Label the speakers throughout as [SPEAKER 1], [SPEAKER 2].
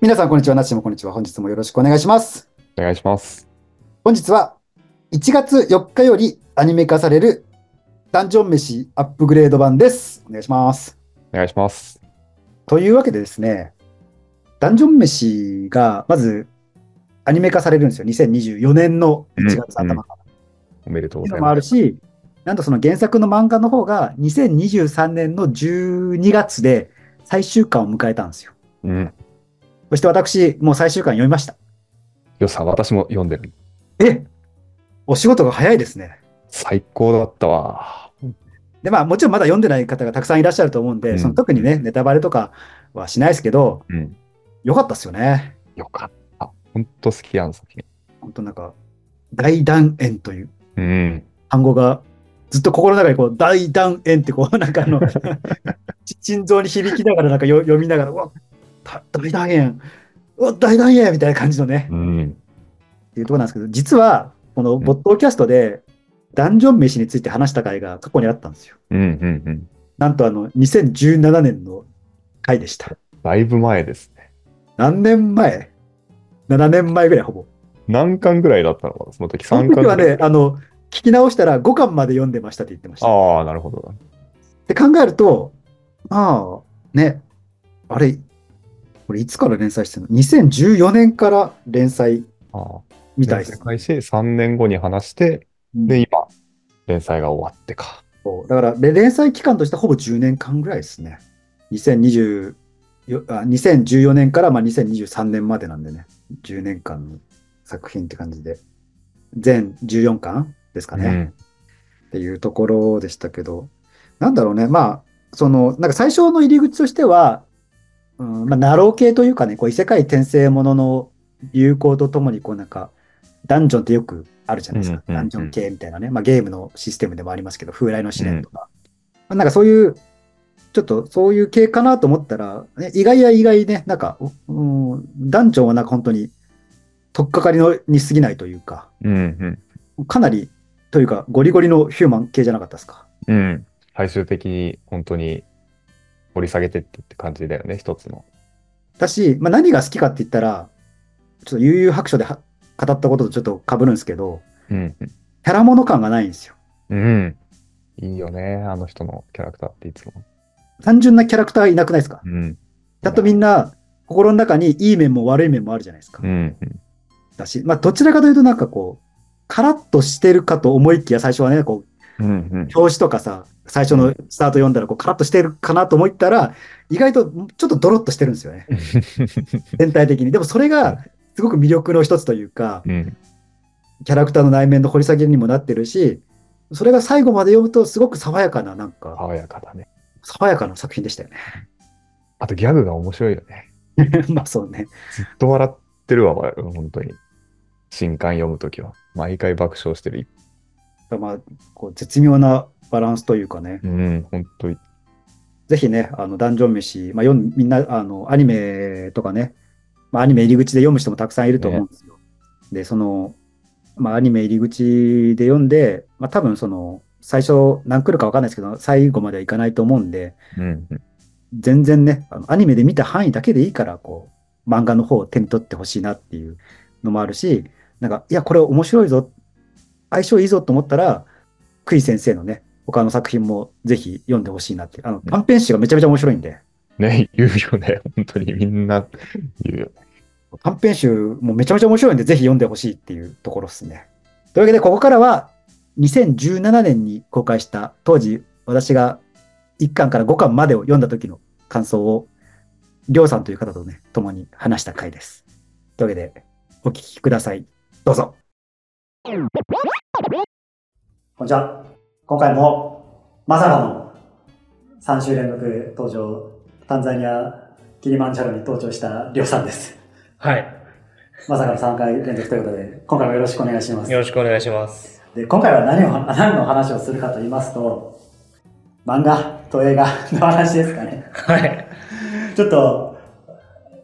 [SPEAKER 1] 皆さん、こんにちは。なっしーもこんにちは。本日もよろしくお願いします。
[SPEAKER 2] お願いします。
[SPEAKER 1] 本日は、1月4日よりアニメ化される、ダンジョン飯アップグレード版です。お願いします。
[SPEAKER 2] お願いします。
[SPEAKER 1] というわけでですね、ダンジョン飯が、まず、アニメ化されるんですよ。2024年の1月頭から。
[SPEAKER 2] おめでと
[SPEAKER 1] っ
[SPEAKER 2] うご
[SPEAKER 1] ていう
[SPEAKER 2] ざい
[SPEAKER 1] のもあ
[SPEAKER 2] ま
[SPEAKER 1] る
[SPEAKER 2] す。
[SPEAKER 1] し、なんとその原作の漫画の方が、2023年の12月で最終巻を迎えたんですよ。
[SPEAKER 2] うん。
[SPEAKER 1] そして私、もう最終巻読みました。
[SPEAKER 2] よさ、私も読んでる。
[SPEAKER 1] えお仕事が早いですね。
[SPEAKER 2] 最高だったわ。
[SPEAKER 1] で、まあ、もちろんまだ読んでない方がたくさんいらっしゃると思うんで、
[SPEAKER 2] うん
[SPEAKER 1] その特にね、ネタバレとかはしないですけど、
[SPEAKER 2] うん。
[SPEAKER 1] よかったですよね。
[SPEAKER 2] よかった。ほんと好きやん、作品。
[SPEAKER 1] 本当なんか、大断円という
[SPEAKER 2] うん。
[SPEAKER 1] 単語が、ずっと心の中にこう、大断円ってこう、 なんかあの、ち心臓に響きながら、なんかよ読みながら、うわ、だ大断円、うわ、大断円みたいな感じのね、
[SPEAKER 2] うん。
[SPEAKER 1] っていうところなんですけど、実は、このボットキャストで、ダンジョン飯について話した回が過去にあったんですよ。
[SPEAKER 2] うん。うん。うん。
[SPEAKER 1] なんとあの、2017年の回でした。
[SPEAKER 2] だいぶ前ですね。
[SPEAKER 1] 何年前 ?7 年前ぐらいほぼ。
[SPEAKER 2] 何巻ぐらいだったのかなその時
[SPEAKER 1] そ
[SPEAKER 2] 3
[SPEAKER 1] の
[SPEAKER 2] 巻
[SPEAKER 1] 時
[SPEAKER 2] ぐら。
[SPEAKER 1] はいね、あの、聞き直したら5巻まで読んでましたって言ってました。っ
[SPEAKER 2] ああ、なるほど。
[SPEAKER 1] て考えると、まあ、ね、あれ、これいつから連載してるの ?2014 年から連載
[SPEAKER 2] ああ。
[SPEAKER 1] みたいです
[SPEAKER 2] 連。載して3年後に話して、
[SPEAKER 1] う
[SPEAKER 2] で、
[SPEAKER 1] ん
[SPEAKER 2] 今、連載が終わってか。
[SPEAKER 1] そうだから、れ連載期間としてはほぼ10年間ぐらいですね。2020よあ2014年からまあ2023年までなんでね、10年間の作品って感じで、全14巻ですかね。
[SPEAKER 2] うん。
[SPEAKER 1] っていうところでしたけど、なんだろうね、まあ、その、なんか最初の入り口としては、うん、まあ、ナロー系というかね、こう、異世界転生ものの流行とともに、こう、なんか、ダンジョンってよくあるじゃないですか。
[SPEAKER 2] うんうんうん
[SPEAKER 1] ダンジョン系みたいなね、まあ、ゲームのシステムでもありますけど、風来の試練とか。まあなんかそういう、ちょっとそういう系かなと思ったら、ね、意外や意外ね、なんか、うん、ダンジョンはなんか本当に、とっかかりのに過ぎないというか、
[SPEAKER 2] うん。
[SPEAKER 1] かなり、というか、ゴリゴリのヒューマン系じゃなかったですか。
[SPEAKER 2] うん。うん。最終的に、本当に、掘り下げてってって感じだよね、一つの。
[SPEAKER 1] だし、まあ、何が好きかって言ったら、ちょっと悠々白書では語ったこととちょっと被るんですけど、
[SPEAKER 2] うん。
[SPEAKER 1] キャラもの感がないんですよ。
[SPEAKER 2] うん。いいよね、あの人のキャラクターっていつも。
[SPEAKER 1] 単純なキャラクターがいなくないですか
[SPEAKER 2] うん。
[SPEAKER 1] だとみんな心の中にいい面も悪い面もあるじゃないですか。
[SPEAKER 2] うん。
[SPEAKER 1] だし、まあ、どちらかというとなんかこう、カラッとしてるかと思いきや最初はね、こう、
[SPEAKER 2] うん。
[SPEAKER 1] 表紙とかさ、最初のスタート読んだらこう、カラッとしてるかなと思ったら、意外とちょっとドロッとしてるんですよね。全体的に。でもそれがすごく魅力の一つというか、
[SPEAKER 2] うん。
[SPEAKER 1] キャラクターの内面の掘り下げにもなってるし、それが最後まで読むとすごく爽やかな、なんか、
[SPEAKER 2] 爽やかだね。
[SPEAKER 1] 爽やかな作品でしたよね。
[SPEAKER 2] あとギャグが面白いよね。
[SPEAKER 1] まあそうね。
[SPEAKER 2] ずっと笑ってるわ、我々本当に。新刊読むときは。毎回爆笑してる。
[SPEAKER 1] まあ、こう絶妙なバランスというかね、
[SPEAKER 2] うん、本当に。
[SPEAKER 1] ぜひね、あのダンジョン飯、まあ、読んみんなあのアニメとかね、まあ、アニメ入り口で読む人もたくさんいると思うんですよ。で、その、まあ、アニメ入り口で読んで、まあ、多分その、最初何来るか分かんないですけど、最後まではいかないと思うんで、
[SPEAKER 2] うん。
[SPEAKER 1] 全然ね、あのアニメで見た範囲だけでいいから、こう、漫画の方を手に取ってほしいなっていうのもあるし、なんか、いや、これ面白いぞ、相性いいぞと思ったら、クイ先生のね、他の作品もぜひ読んでほしいなって、あの、短編集がめちゃめちゃ面白いんで、
[SPEAKER 2] ね、言うよね。本当にみんな言うよね。
[SPEAKER 1] 短編集もめちゃめちゃ面白いんで、ぜひ読んでほしいっていうところですね。というわけで、ここからは、2017年に公開した、当時、私が1巻から5巻までを読んだ時の感想を、りょうさんという方とね、共に話した回です。というわけで、お聞きください。どうぞ。
[SPEAKER 3] こんにちは。今回も、まさかの3週連続登場、タンザニア、キリマンジャロに登場したりょうさんです。
[SPEAKER 4] はい。
[SPEAKER 3] まさかの3回連続ということで、今回もよろしくお願いします
[SPEAKER 4] よ。ろしくお願いします。
[SPEAKER 3] で今回は何を、何の話をするかと言いますと、漫画と映画の話ですかね。
[SPEAKER 4] はい。
[SPEAKER 3] ちょっと、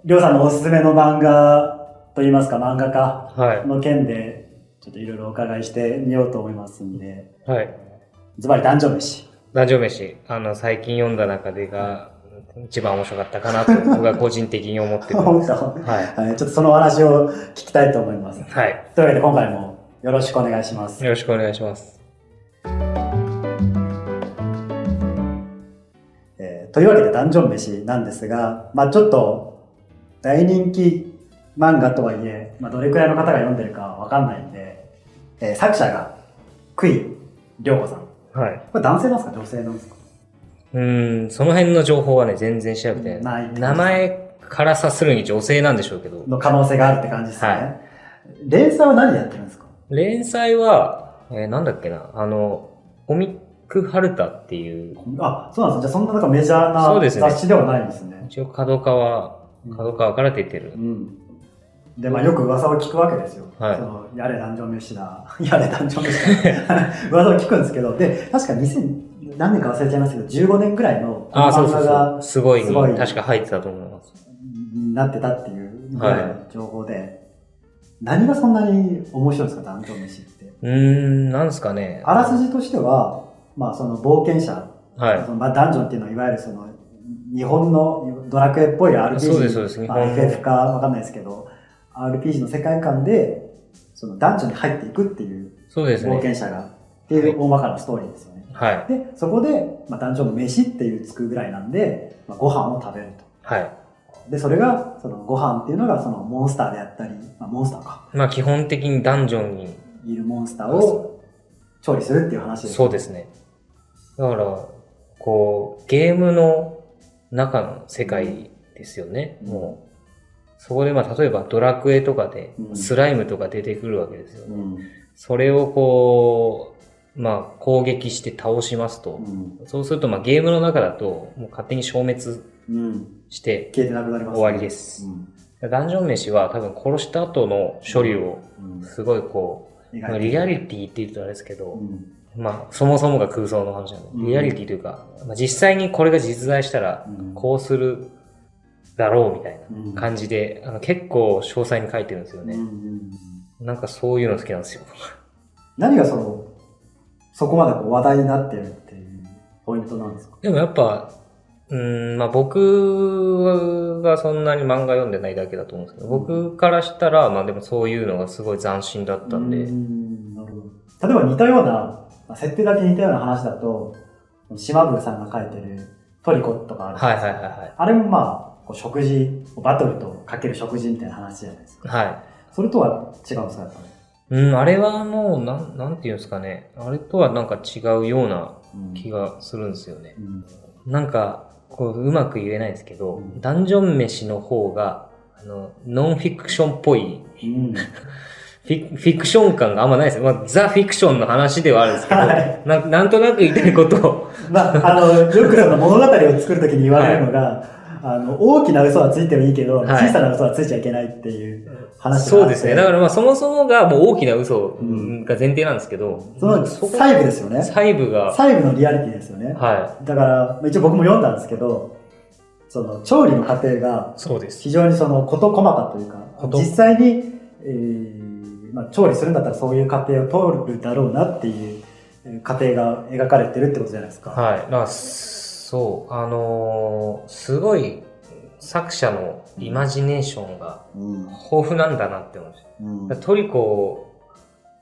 [SPEAKER 3] りょうさんのおすすめの漫画と言いますか、漫画家
[SPEAKER 4] は
[SPEAKER 3] の件で、ちょっといろいろお伺いしてみようと思いますんで、
[SPEAKER 4] い。はい。
[SPEAKER 3] ズバリ男女飯。
[SPEAKER 4] ラジオ飯。あの、最近読んだ中でが、一番面白かった かなと僕は個人的に思ってま
[SPEAKER 3] 思っ
[SPEAKER 4] す。
[SPEAKER 3] た
[SPEAKER 4] はい。
[SPEAKER 3] はい、ちょっとそのお話を聞きたいと思います。
[SPEAKER 4] はい。
[SPEAKER 3] というわけで今回もよろしくお願いします。
[SPEAKER 4] よろしくお願いします。
[SPEAKER 3] えーというわけでダンジョン飯なんですが、まあちょっと大人気漫画とはいえ、まあどれくらいの方が読んでるかわかんないんで、えー作者がクイ涼子さん。
[SPEAKER 4] はい。
[SPEAKER 3] これ男性なんですか女性なんですか
[SPEAKER 4] うーん、その辺の情報はね、全然調べて
[SPEAKER 3] ない
[SPEAKER 4] 名前から察するに女性なんでしょうけど、
[SPEAKER 3] の可能性があるって感じですね。
[SPEAKER 4] は
[SPEAKER 3] 連載は何やってるんですか
[SPEAKER 4] 連載は、えーなんだっけな、あの、コミックハルタっていう、
[SPEAKER 3] あ、そうなんですね。じゃあそんななんかメジャ
[SPEAKER 4] そ
[SPEAKER 3] ー
[SPEAKER 4] う
[SPEAKER 3] な
[SPEAKER 4] ですね
[SPEAKER 3] 雑誌ではないんですね。
[SPEAKER 4] 一応角川、角川から出てる
[SPEAKER 3] う。ん。で、まあよく噂を聞くわけですよ。
[SPEAKER 4] はい
[SPEAKER 3] そのやれ男女飯だ。 やれ男女飯だ。 噂を聞くんですけど、で、確か2000、何年か忘れちゃいましたけど、15年ぐらいのこの
[SPEAKER 4] ああ、そう
[SPEAKER 3] 漫
[SPEAKER 4] そ
[SPEAKER 3] 画
[SPEAKER 4] うそ
[SPEAKER 3] が
[SPEAKER 4] う。すごいに、
[SPEAKER 3] すごい
[SPEAKER 4] 確か入ってたと思います。
[SPEAKER 3] になってたっていうぐらいの情報で、何がそんなに面白いんですか、男女飯って。
[SPEAKER 4] うーん、なんですかね。
[SPEAKER 3] あらすじとしては、まあその冒険者
[SPEAKER 4] は
[SPEAKER 3] そのまあ、ダンジョンっていうのはいわゆるその日本のドラクエっぽい RPG
[SPEAKER 4] そうですそうです
[SPEAKER 3] まあ、
[SPEAKER 4] 日本の
[SPEAKER 3] FF かわかんないですけど RPG の世界観でそのダンジョンに入っていくっていう
[SPEAKER 4] い。そうです
[SPEAKER 3] 冒険
[SPEAKER 4] ね。
[SPEAKER 3] 者が、っていう大まかなストーリーですよね、
[SPEAKER 4] はい。
[SPEAKER 3] でそこで、まあ、ダンジョンの飯っていうつくぐらいなんで、まあ、ご飯を食べると
[SPEAKER 4] はい。
[SPEAKER 3] でそれがそのご飯っていうのがそのモンスターであったり、まあ、モンスターか
[SPEAKER 4] まあ基本的にダンジョンに、
[SPEAKER 3] いるモンスターを調理するっていう話です
[SPEAKER 4] そうですね。だから、こう、ゲームの中の世界ですよね。
[SPEAKER 3] うん
[SPEAKER 4] もう。そこで、まあ例えばドラクエとかで
[SPEAKER 3] う、ん
[SPEAKER 4] スライムとか出てくるわけですよね。
[SPEAKER 3] うん
[SPEAKER 4] それをこう、まあ攻撃して倒します
[SPEAKER 3] う
[SPEAKER 4] と。
[SPEAKER 3] ん
[SPEAKER 4] そうすると、まあゲームの中だと、もう勝手に消滅
[SPEAKER 3] うん、
[SPEAKER 4] して
[SPEAKER 3] 消えてなくなります、
[SPEAKER 4] 終わりです。ダンジョン飯は多分殺した後の処理を
[SPEAKER 3] うんうん
[SPEAKER 4] すごいこ
[SPEAKER 3] 意
[SPEAKER 4] う、まあ
[SPEAKER 3] 外と
[SPEAKER 4] リアリティって言うとあれですけど、
[SPEAKER 3] うん
[SPEAKER 4] まあそもそもが空想の話なの
[SPEAKER 3] うん
[SPEAKER 4] で、リアリティというか、まあ、実際にこれが実在したら
[SPEAKER 3] うん
[SPEAKER 4] こうするだろうみたい
[SPEAKER 3] うん
[SPEAKER 4] な感じで、あの結構詳細に書いてるんですよ
[SPEAKER 3] うん
[SPEAKER 4] ね。
[SPEAKER 3] うんうん
[SPEAKER 4] なんかそういうの好きなんですよ。
[SPEAKER 3] 何がそのそこまでこう話題になってるっていうポイントなんですか、
[SPEAKER 4] でもやっぱ、うーん、まあ僕がそんなに漫画読んでないだけだと思うんですけど、僕からしたら、まあでもそういうのがすごい斬新だったんで、
[SPEAKER 3] うんなるほど例えば似たようなまあ設定だけ似たような話だと島風さんが書いてるトリコとかあるじゃ
[SPEAKER 4] は
[SPEAKER 3] ないいですか
[SPEAKER 4] はいはいは
[SPEAKER 3] あれもまあこう食事バトルとかける食事みたいな話じゃないですか
[SPEAKER 4] い。はい。
[SPEAKER 3] それとは違うんですかやっぱり、
[SPEAKER 4] うん、あれはもう、なん、なんていうんですかね。あれとはなんか違うような
[SPEAKER 3] うん
[SPEAKER 4] 気がするんですよね。
[SPEAKER 3] うん
[SPEAKER 4] なんか、こう、うまく言えないですけど、
[SPEAKER 3] うん
[SPEAKER 4] ダンジョン飯の方が、あの、ノンフィクションっぽい、
[SPEAKER 3] うん
[SPEAKER 4] フィフィクション感があんまないです。まあ、ザ・フィクションの話ではあるんですけど、
[SPEAKER 3] はい
[SPEAKER 4] ななんとなく言いたいことを、
[SPEAKER 3] まあ、あの、よくその物語を作るときに言われるのが、あの、大きな嘘はついてもいいけど、
[SPEAKER 4] はい
[SPEAKER 3] 小さな嘘はついちゃいけないっていう話が
[SPEAKER 4] そ
[SPEAKER 3] あ
[SPEAKER 4] う
[SPEAKER 3] っ
[SPEAKER 4] で
[SPEAKER 3] て
[SPEAKER 4] すね。だからまあ、そもそもがもう大きな嘘
[SPEAKER 3] うん
[SPEAKER 4] が前提なんですけど、
[SPEAKER 3] その
[SPEAKER 4] そこ
[SPEAKER 3] 細部ですよね。
[SPEAKER 4] 細部が、
[SPEAKER 3] 細部のリアリティですよね。
[SPEAKER 4] は
[SPEAKER 3] だから、まあ一応僕も読んだんですけど、その、調理の過程が
[SPEAKER 4] い。そうです。
[SPEAKER 3] 非常にその、事細かというか、
[SPEAKER 4] 事
[SPEAKER 3] 実際に、えーまあ、調理するんだったらそういう過程を通るだろうなっていうえー過程が描かれてるってことじゃないですか。
[SPEAKER 4] はい。だから、そう、あのーすごい作者のイマジネーションが
[SPEAKER 3] うん
[SPEAKER 4] 豊富なんだなって思いました。
[SPEAKER 3] うん
[SPEAKER 4] だからトリコを、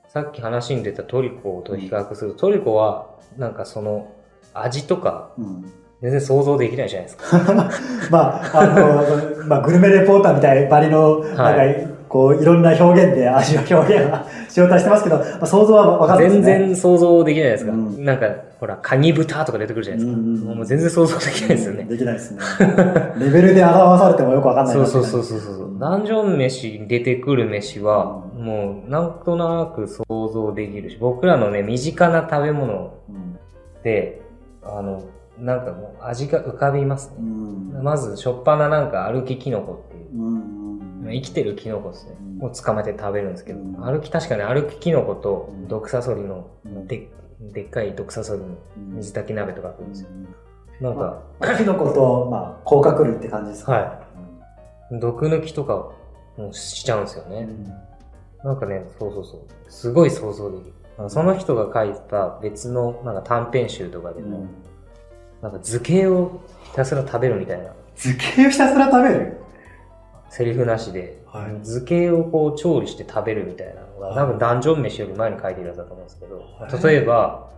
[SPEAKER 4] さっき話に出たトリコと比較すると、トリコは、なんかその、味とか、
[SPEAKER 3] うん
[SPEAKER 4] 全然想像できないじゃないですか。
[SPEAKER 3] まあ、あの、まあ、グルメレポーターみたいなバリの、
[SPEAKER 4] はい
[SPEAKER 3] なんか、こう、いろんな表現で味を表現はしようとはしてますけど、まあ、想像は分かるんない
[SPEAKER 4] 全
[SPEAKER 3] ですね。
[SPEAKER 4] 然想像できないじゃないですか。
[SPEAKER 3] うん
[SPEAKER 4] なんか、ほら、カニ豚とか出てくるじゃないですか。
[SPEAKER 3] うんうんうん
[SPEAKER 4] もう全然想像できないですよね。
[SPEAKER 3] できないですね。レベルで表されてもよく分かんない。
[SPEAKER 4] そうそうそううそうそううんダンジョン飯に出てくる飯は、
[SPEAKER 3] うん
[SPEAKER 4] もうなんとなく想像できるし僕らのね身近な食べ物
[SPEAKER 3] うん
[SPEAKER 4] であのなんかもう味が浮かびます
[SPEAKER 3] う
[SPEAKER 4] ね、
[SPEAKER 3] ん
[SPEAKER 4] まずしょっぱななんか歩きキノコっていう、
[SPEAKER 3] うん
[SPEAKER 4] 生きてるキノコですね、
[SPEAKER 3] うん
[SPEAKER 4] を捕まえて食べるんですけど、
[SPEAKER 3] うん
[SPEAKER 4] 歩き確かに歩きキノコと
[SPEAKER 3] うん
[SPEAKER 4] 毒サソリの
[SPEAKER 3] うん
[SPEAKER 4] ででっかい毒サソリの水炊き鍋とかあるんですよ、なんか、
[SPEAKER 3] キノコと、まあ、甲殻類って感じですか。
[SPEAKER 4] は毒抜きとかもしちゃうんですよね、なんかね、そうそうそう。すごい想像できる。その人が書いた別のなんか短編集とかで
[SPEAKER 3] う
[SPEAKER 4] も、
[SPEAKER 3] ん
[SPEAKER 4] なんか図形をひたすら食べるみたいな。
[SPEAKER 3] 図形をひたすら食べる
[SPEAKER 4] セリフなしで、
[SPEAKER 5] はい
[SPEAKER 4] 図形をこう調理して食べるみたいなのが、多分ダンジョン飯より前に書いてるやつだと思うんですけど、
[SPEAKER 5] はい
[SPEAKER 4] 例えば、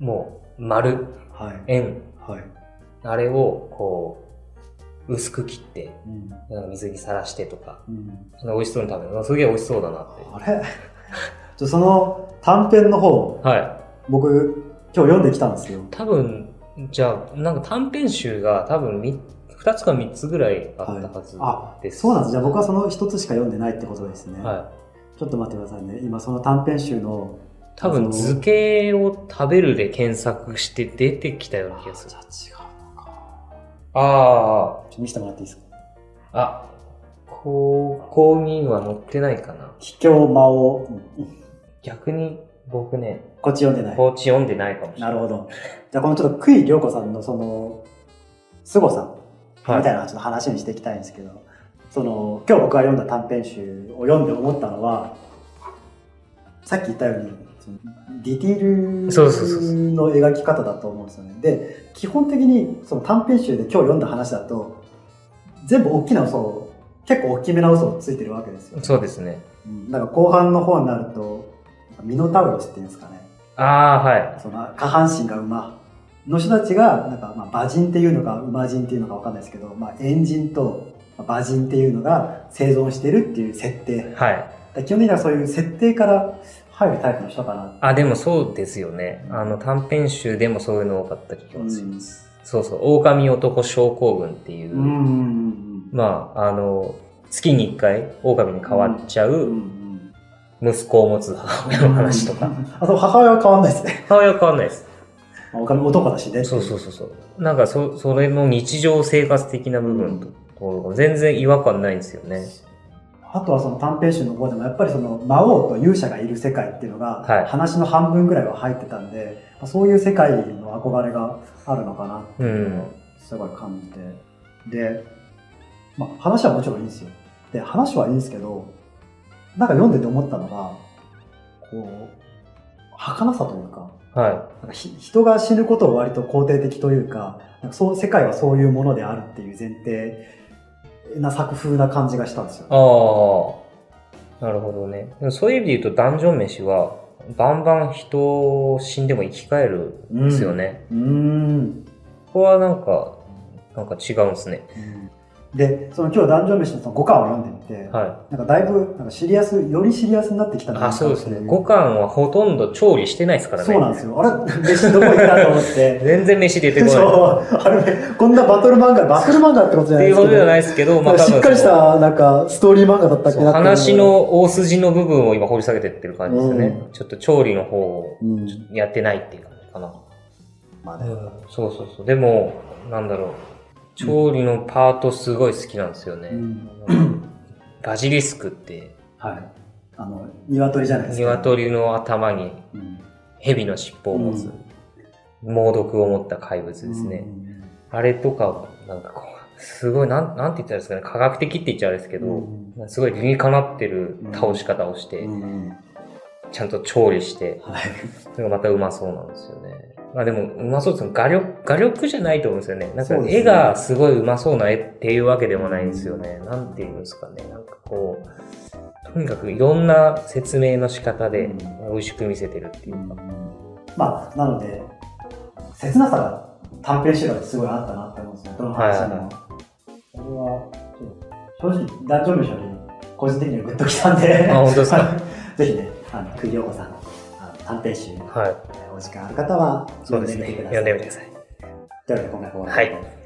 [SPEAKER 4] もう、丸、
[SPEAKER 5] はい。
[SPEAKER 4] 円、
[SPEAKER 5] はい。
[SPEAKER 4] あれをこう、薄く切って、
[SPEAKER 3] うん。
[SPEAKER 4] なんか水にさらしてとか、
[SPEAKER 3] うん。
[SPEAKER 4] 美味しそうに食べるの。すげえ美味しそうだなって。
[SPEAKER 3] あれちょその短編の方、
[SPEAKER 4] はい。
[SPEAKER 3] 僕、今日読んできたんですよ。
[SPEAKER 4] 多分、じゃあ、なんか短編集が多分み2つか3つぐらいあったはず
[SPEAKER 3] あ
[SPEAKER 4] です。
[SPEAKER 3] そうなんです。じゃあ僕はその一つしか読んでないってことですね。
[SPEAKER 4] はい。
[SPEAKER 3] ちょっと待ってくださいね。今その短編集の。
[SPEAKER 4] 多分図形を食べるで検索して出てきたような気がする。
[SPEAKER 3] あじゃあ違う。
[SPEAKER 4] あ
[SPEAKER 3] ちょっと見せてもらっていいですか。
[SPEAKER 4] あ、あ、ここには載ってないかな。
[SPEAKER 3] 秘境魔王。うん
[SPEAKER 4] 逆に僕ね、
[SPEAKER 3] こっち読んでない。
[SPEAKER 4] ポーチ読んでないかもしれな。
[SPEAKER 3] ないるほど。じゃあこのちょっと杭良子さんのその、凄さ
[SPEAKER 4] はい
[SPEAKER 3] みたいなちょっと話にしていきたいんですけど、その、今日僕が読んだ短編集を読んで思ったのは、さっき言ったように、そのディティ
[SPEAKER 4] そうそうそうそ
[SPEAKER 3] ールの描き方だと思うんですよね。で、基本的にその短編集で今日読んだ話だと、全部大きな嘘を、結構大きめな嘘をついてるわけですよ。
[SPEAKER 4] そうですね。
[SPEAKER 3] うんなんか後半の方になると、ミノタウロスっていうんですかね。
[SPEAKER 4] ああ、はい。
[SPEAKER 3] その下半身が馬の人たちがなんか、まあ、馬人っていうのか馬人っていうのかわかんないですけど、まあ、猿人と馬人っていうのが生存してるっていう設定だか
[SPEAKER 4] はい。
[SPEAKER 3] ら基本的にはそういう設定から入るタイプの人かな
[SPEAKER 4] あ、でもそうですよね。あの、短編集でもそういうの多かった気
[SPEAKER 3] う
[SPEAKER 4] が
[SPEAKER 3] ん
[SPEAKER 4] する。そうそう、狼男症候群っていう、
[SPEAKER 3] うんうん
[SPEAKER 4] まあ、あの、月に一回狼に変わっちゃ
[SPEAKER 3] うんう
[SPEAKER 4] うん息子を持つ母親の話とか。
[SPEAKER 3] あと母親は変わんないですね
[SPEAKER 4] 母親は変わんないです。
[SPEAKER 3] まあお金男だしね
[SPEAKER 4] そうそうそうそう。なんかそ、それの日常生活的な部分と、こう全然違和感ないんですよね。
[SPEAKER 3] あとはその短編集の方でもやっぱりその魔王と勇者がいる世界っていうの
[SPEAKER 4] はい
[SPEAKER 3] が話の半分ぐらいは入ってたんで、まあそういう世界の憧れがあるのかなっていうのをすごい感じて、で、まあ、話はもちろんいいんですよで話はいいんですけどなんか読んでて思ったのがこう儚さというか
[SPEAKER 4] は
[SPEAKER 3] なんかひ人が死ぬことを割と肯定的というかなんかそう世界はそういうものであるっていう前提な作風な感じがしたんですよ
[SPEAKER 4] い。あ。あ、なるほどね。でもそういう意味で言うと、ダンジョン飯は、バンバン人を死んでも生き返るんですよね。
[SPEAKER 3] うーん
[SPEAKER 4] ここはなんか、なんか違うんですね。
[SPEAKER 3] でその今日ダンジョン飯のその5巻を読んでみて、
[SPEAKER 4] はい。
[SPEAKER 3] なんかだいぶなんかシリアスよりシリアスになってきたな
[SPEAKER 4] あ、そうですね。
[SPEAKER 3] ってい
[SPEAKER 4] 五感はほとんど調理してないですからね。
[SPEAKER 3] そうなんですよあれ飯どこ行ったと思って
[SPEAKER 4] 全然飯出てこない。っ
[SPEAKER 3] そうあれこんなバトル漫画バトル漫画ってことじゃな
[SPEAKER 4] て
[SPEAKER 3] い
[SPEAKER 4] い
[SPEAKER 3] です
[SPEAKER 4] うこ
[SPEAKER 3] け
[SPEAKER 4] とじゃ
[SPEAKER 3] ど
[SPEAKER 4] ないですけど、
[SPEAKER 3] まあ、しっかりし
[SPEAKER 4] その
[SPEAKER 3] たなんかストーリー漫画だったっけ
[SPEAKER 4] そう
[SPEAKER 3] なって
[SPEAKER 4] 話、の大筋の部分を今掘り下げてってる感じですね。
[SPEAKER 3] う
[SPEAKER 4] ちょっと調理の方を
[SPEAKER 3] うん
[SPEAKER 4] やってないっていう感じかな。
[SPEAKER 3] まあね
[SPEAKER 4] そうそうそう。でも、なんだろう。調理のパートすごい好きなんですよね。
[SPEAKER 3] うん
[SPEAKER 4] バジリスクって、
[SPEAKER 3] はいあの鶏じゃないですか
[SPEAKER 4] 鶏の頭に
[SPEAKER 3] うん
[SPEAKER 4] 蛇の尻尾を持つ、猛毒を持った怪物ですね。あれとかも、なんかこう、すごい、なん、なんて言ったらいいですかね、科学的って言っちゃあれですけど、
[SPEAKER 3] うん
[SPEAKER 4] すごい理にかなってる倒し方をして、
[SPEAKER 3] うんうん
[SPEAKER 4] ちゃんと調理して、
[SPEAKER 3] はい
[SPEAKER 4] それがまたうまそうなんですよね。まあでも、うまそうですよ画力、画力じゃないと思うんですよね。なんか
[SPEAKER 3] そうですね
[SPEAKER 4] 絵がすごいうまそうな絵っていうわけでもないんですよね。なんていうんですかね。なんかこう、とにかくいろんな説明の仕方で
[SPEAKER 3] うん
[SPEAKER 4] 美味しく見せてるっていううか。
[SPEAKER 3] んまあなので切なさが短編集がすごいあったなって思うんですよどの話にも、
[SPEAKER 4] は
[SPEAKER 3] これはちょっと正直男女のより個人的にはグッときたんで
[SPEAKER 4] あ本当ですか
[SPEAKER 3] ぜひねあの栗子さんのあの短編集
[SPEAKER 4] はい。
[SPEAKER 3] お時間ある方は
[SPEAKER 4] そ
[SPEAKER 3] 読
[SPEAKER 4] う
[SPEAKER 3] ん
[SPEAKER 4] です
[SPEAKER 3] でみ
[SPEAKER 4] ね
[SPEAKER 3] てく。ださい
[SPEAKER 4] 読んでみてください。
[SPEAKER 3] というわけで今回はここまで
[SPEAKER 4] はい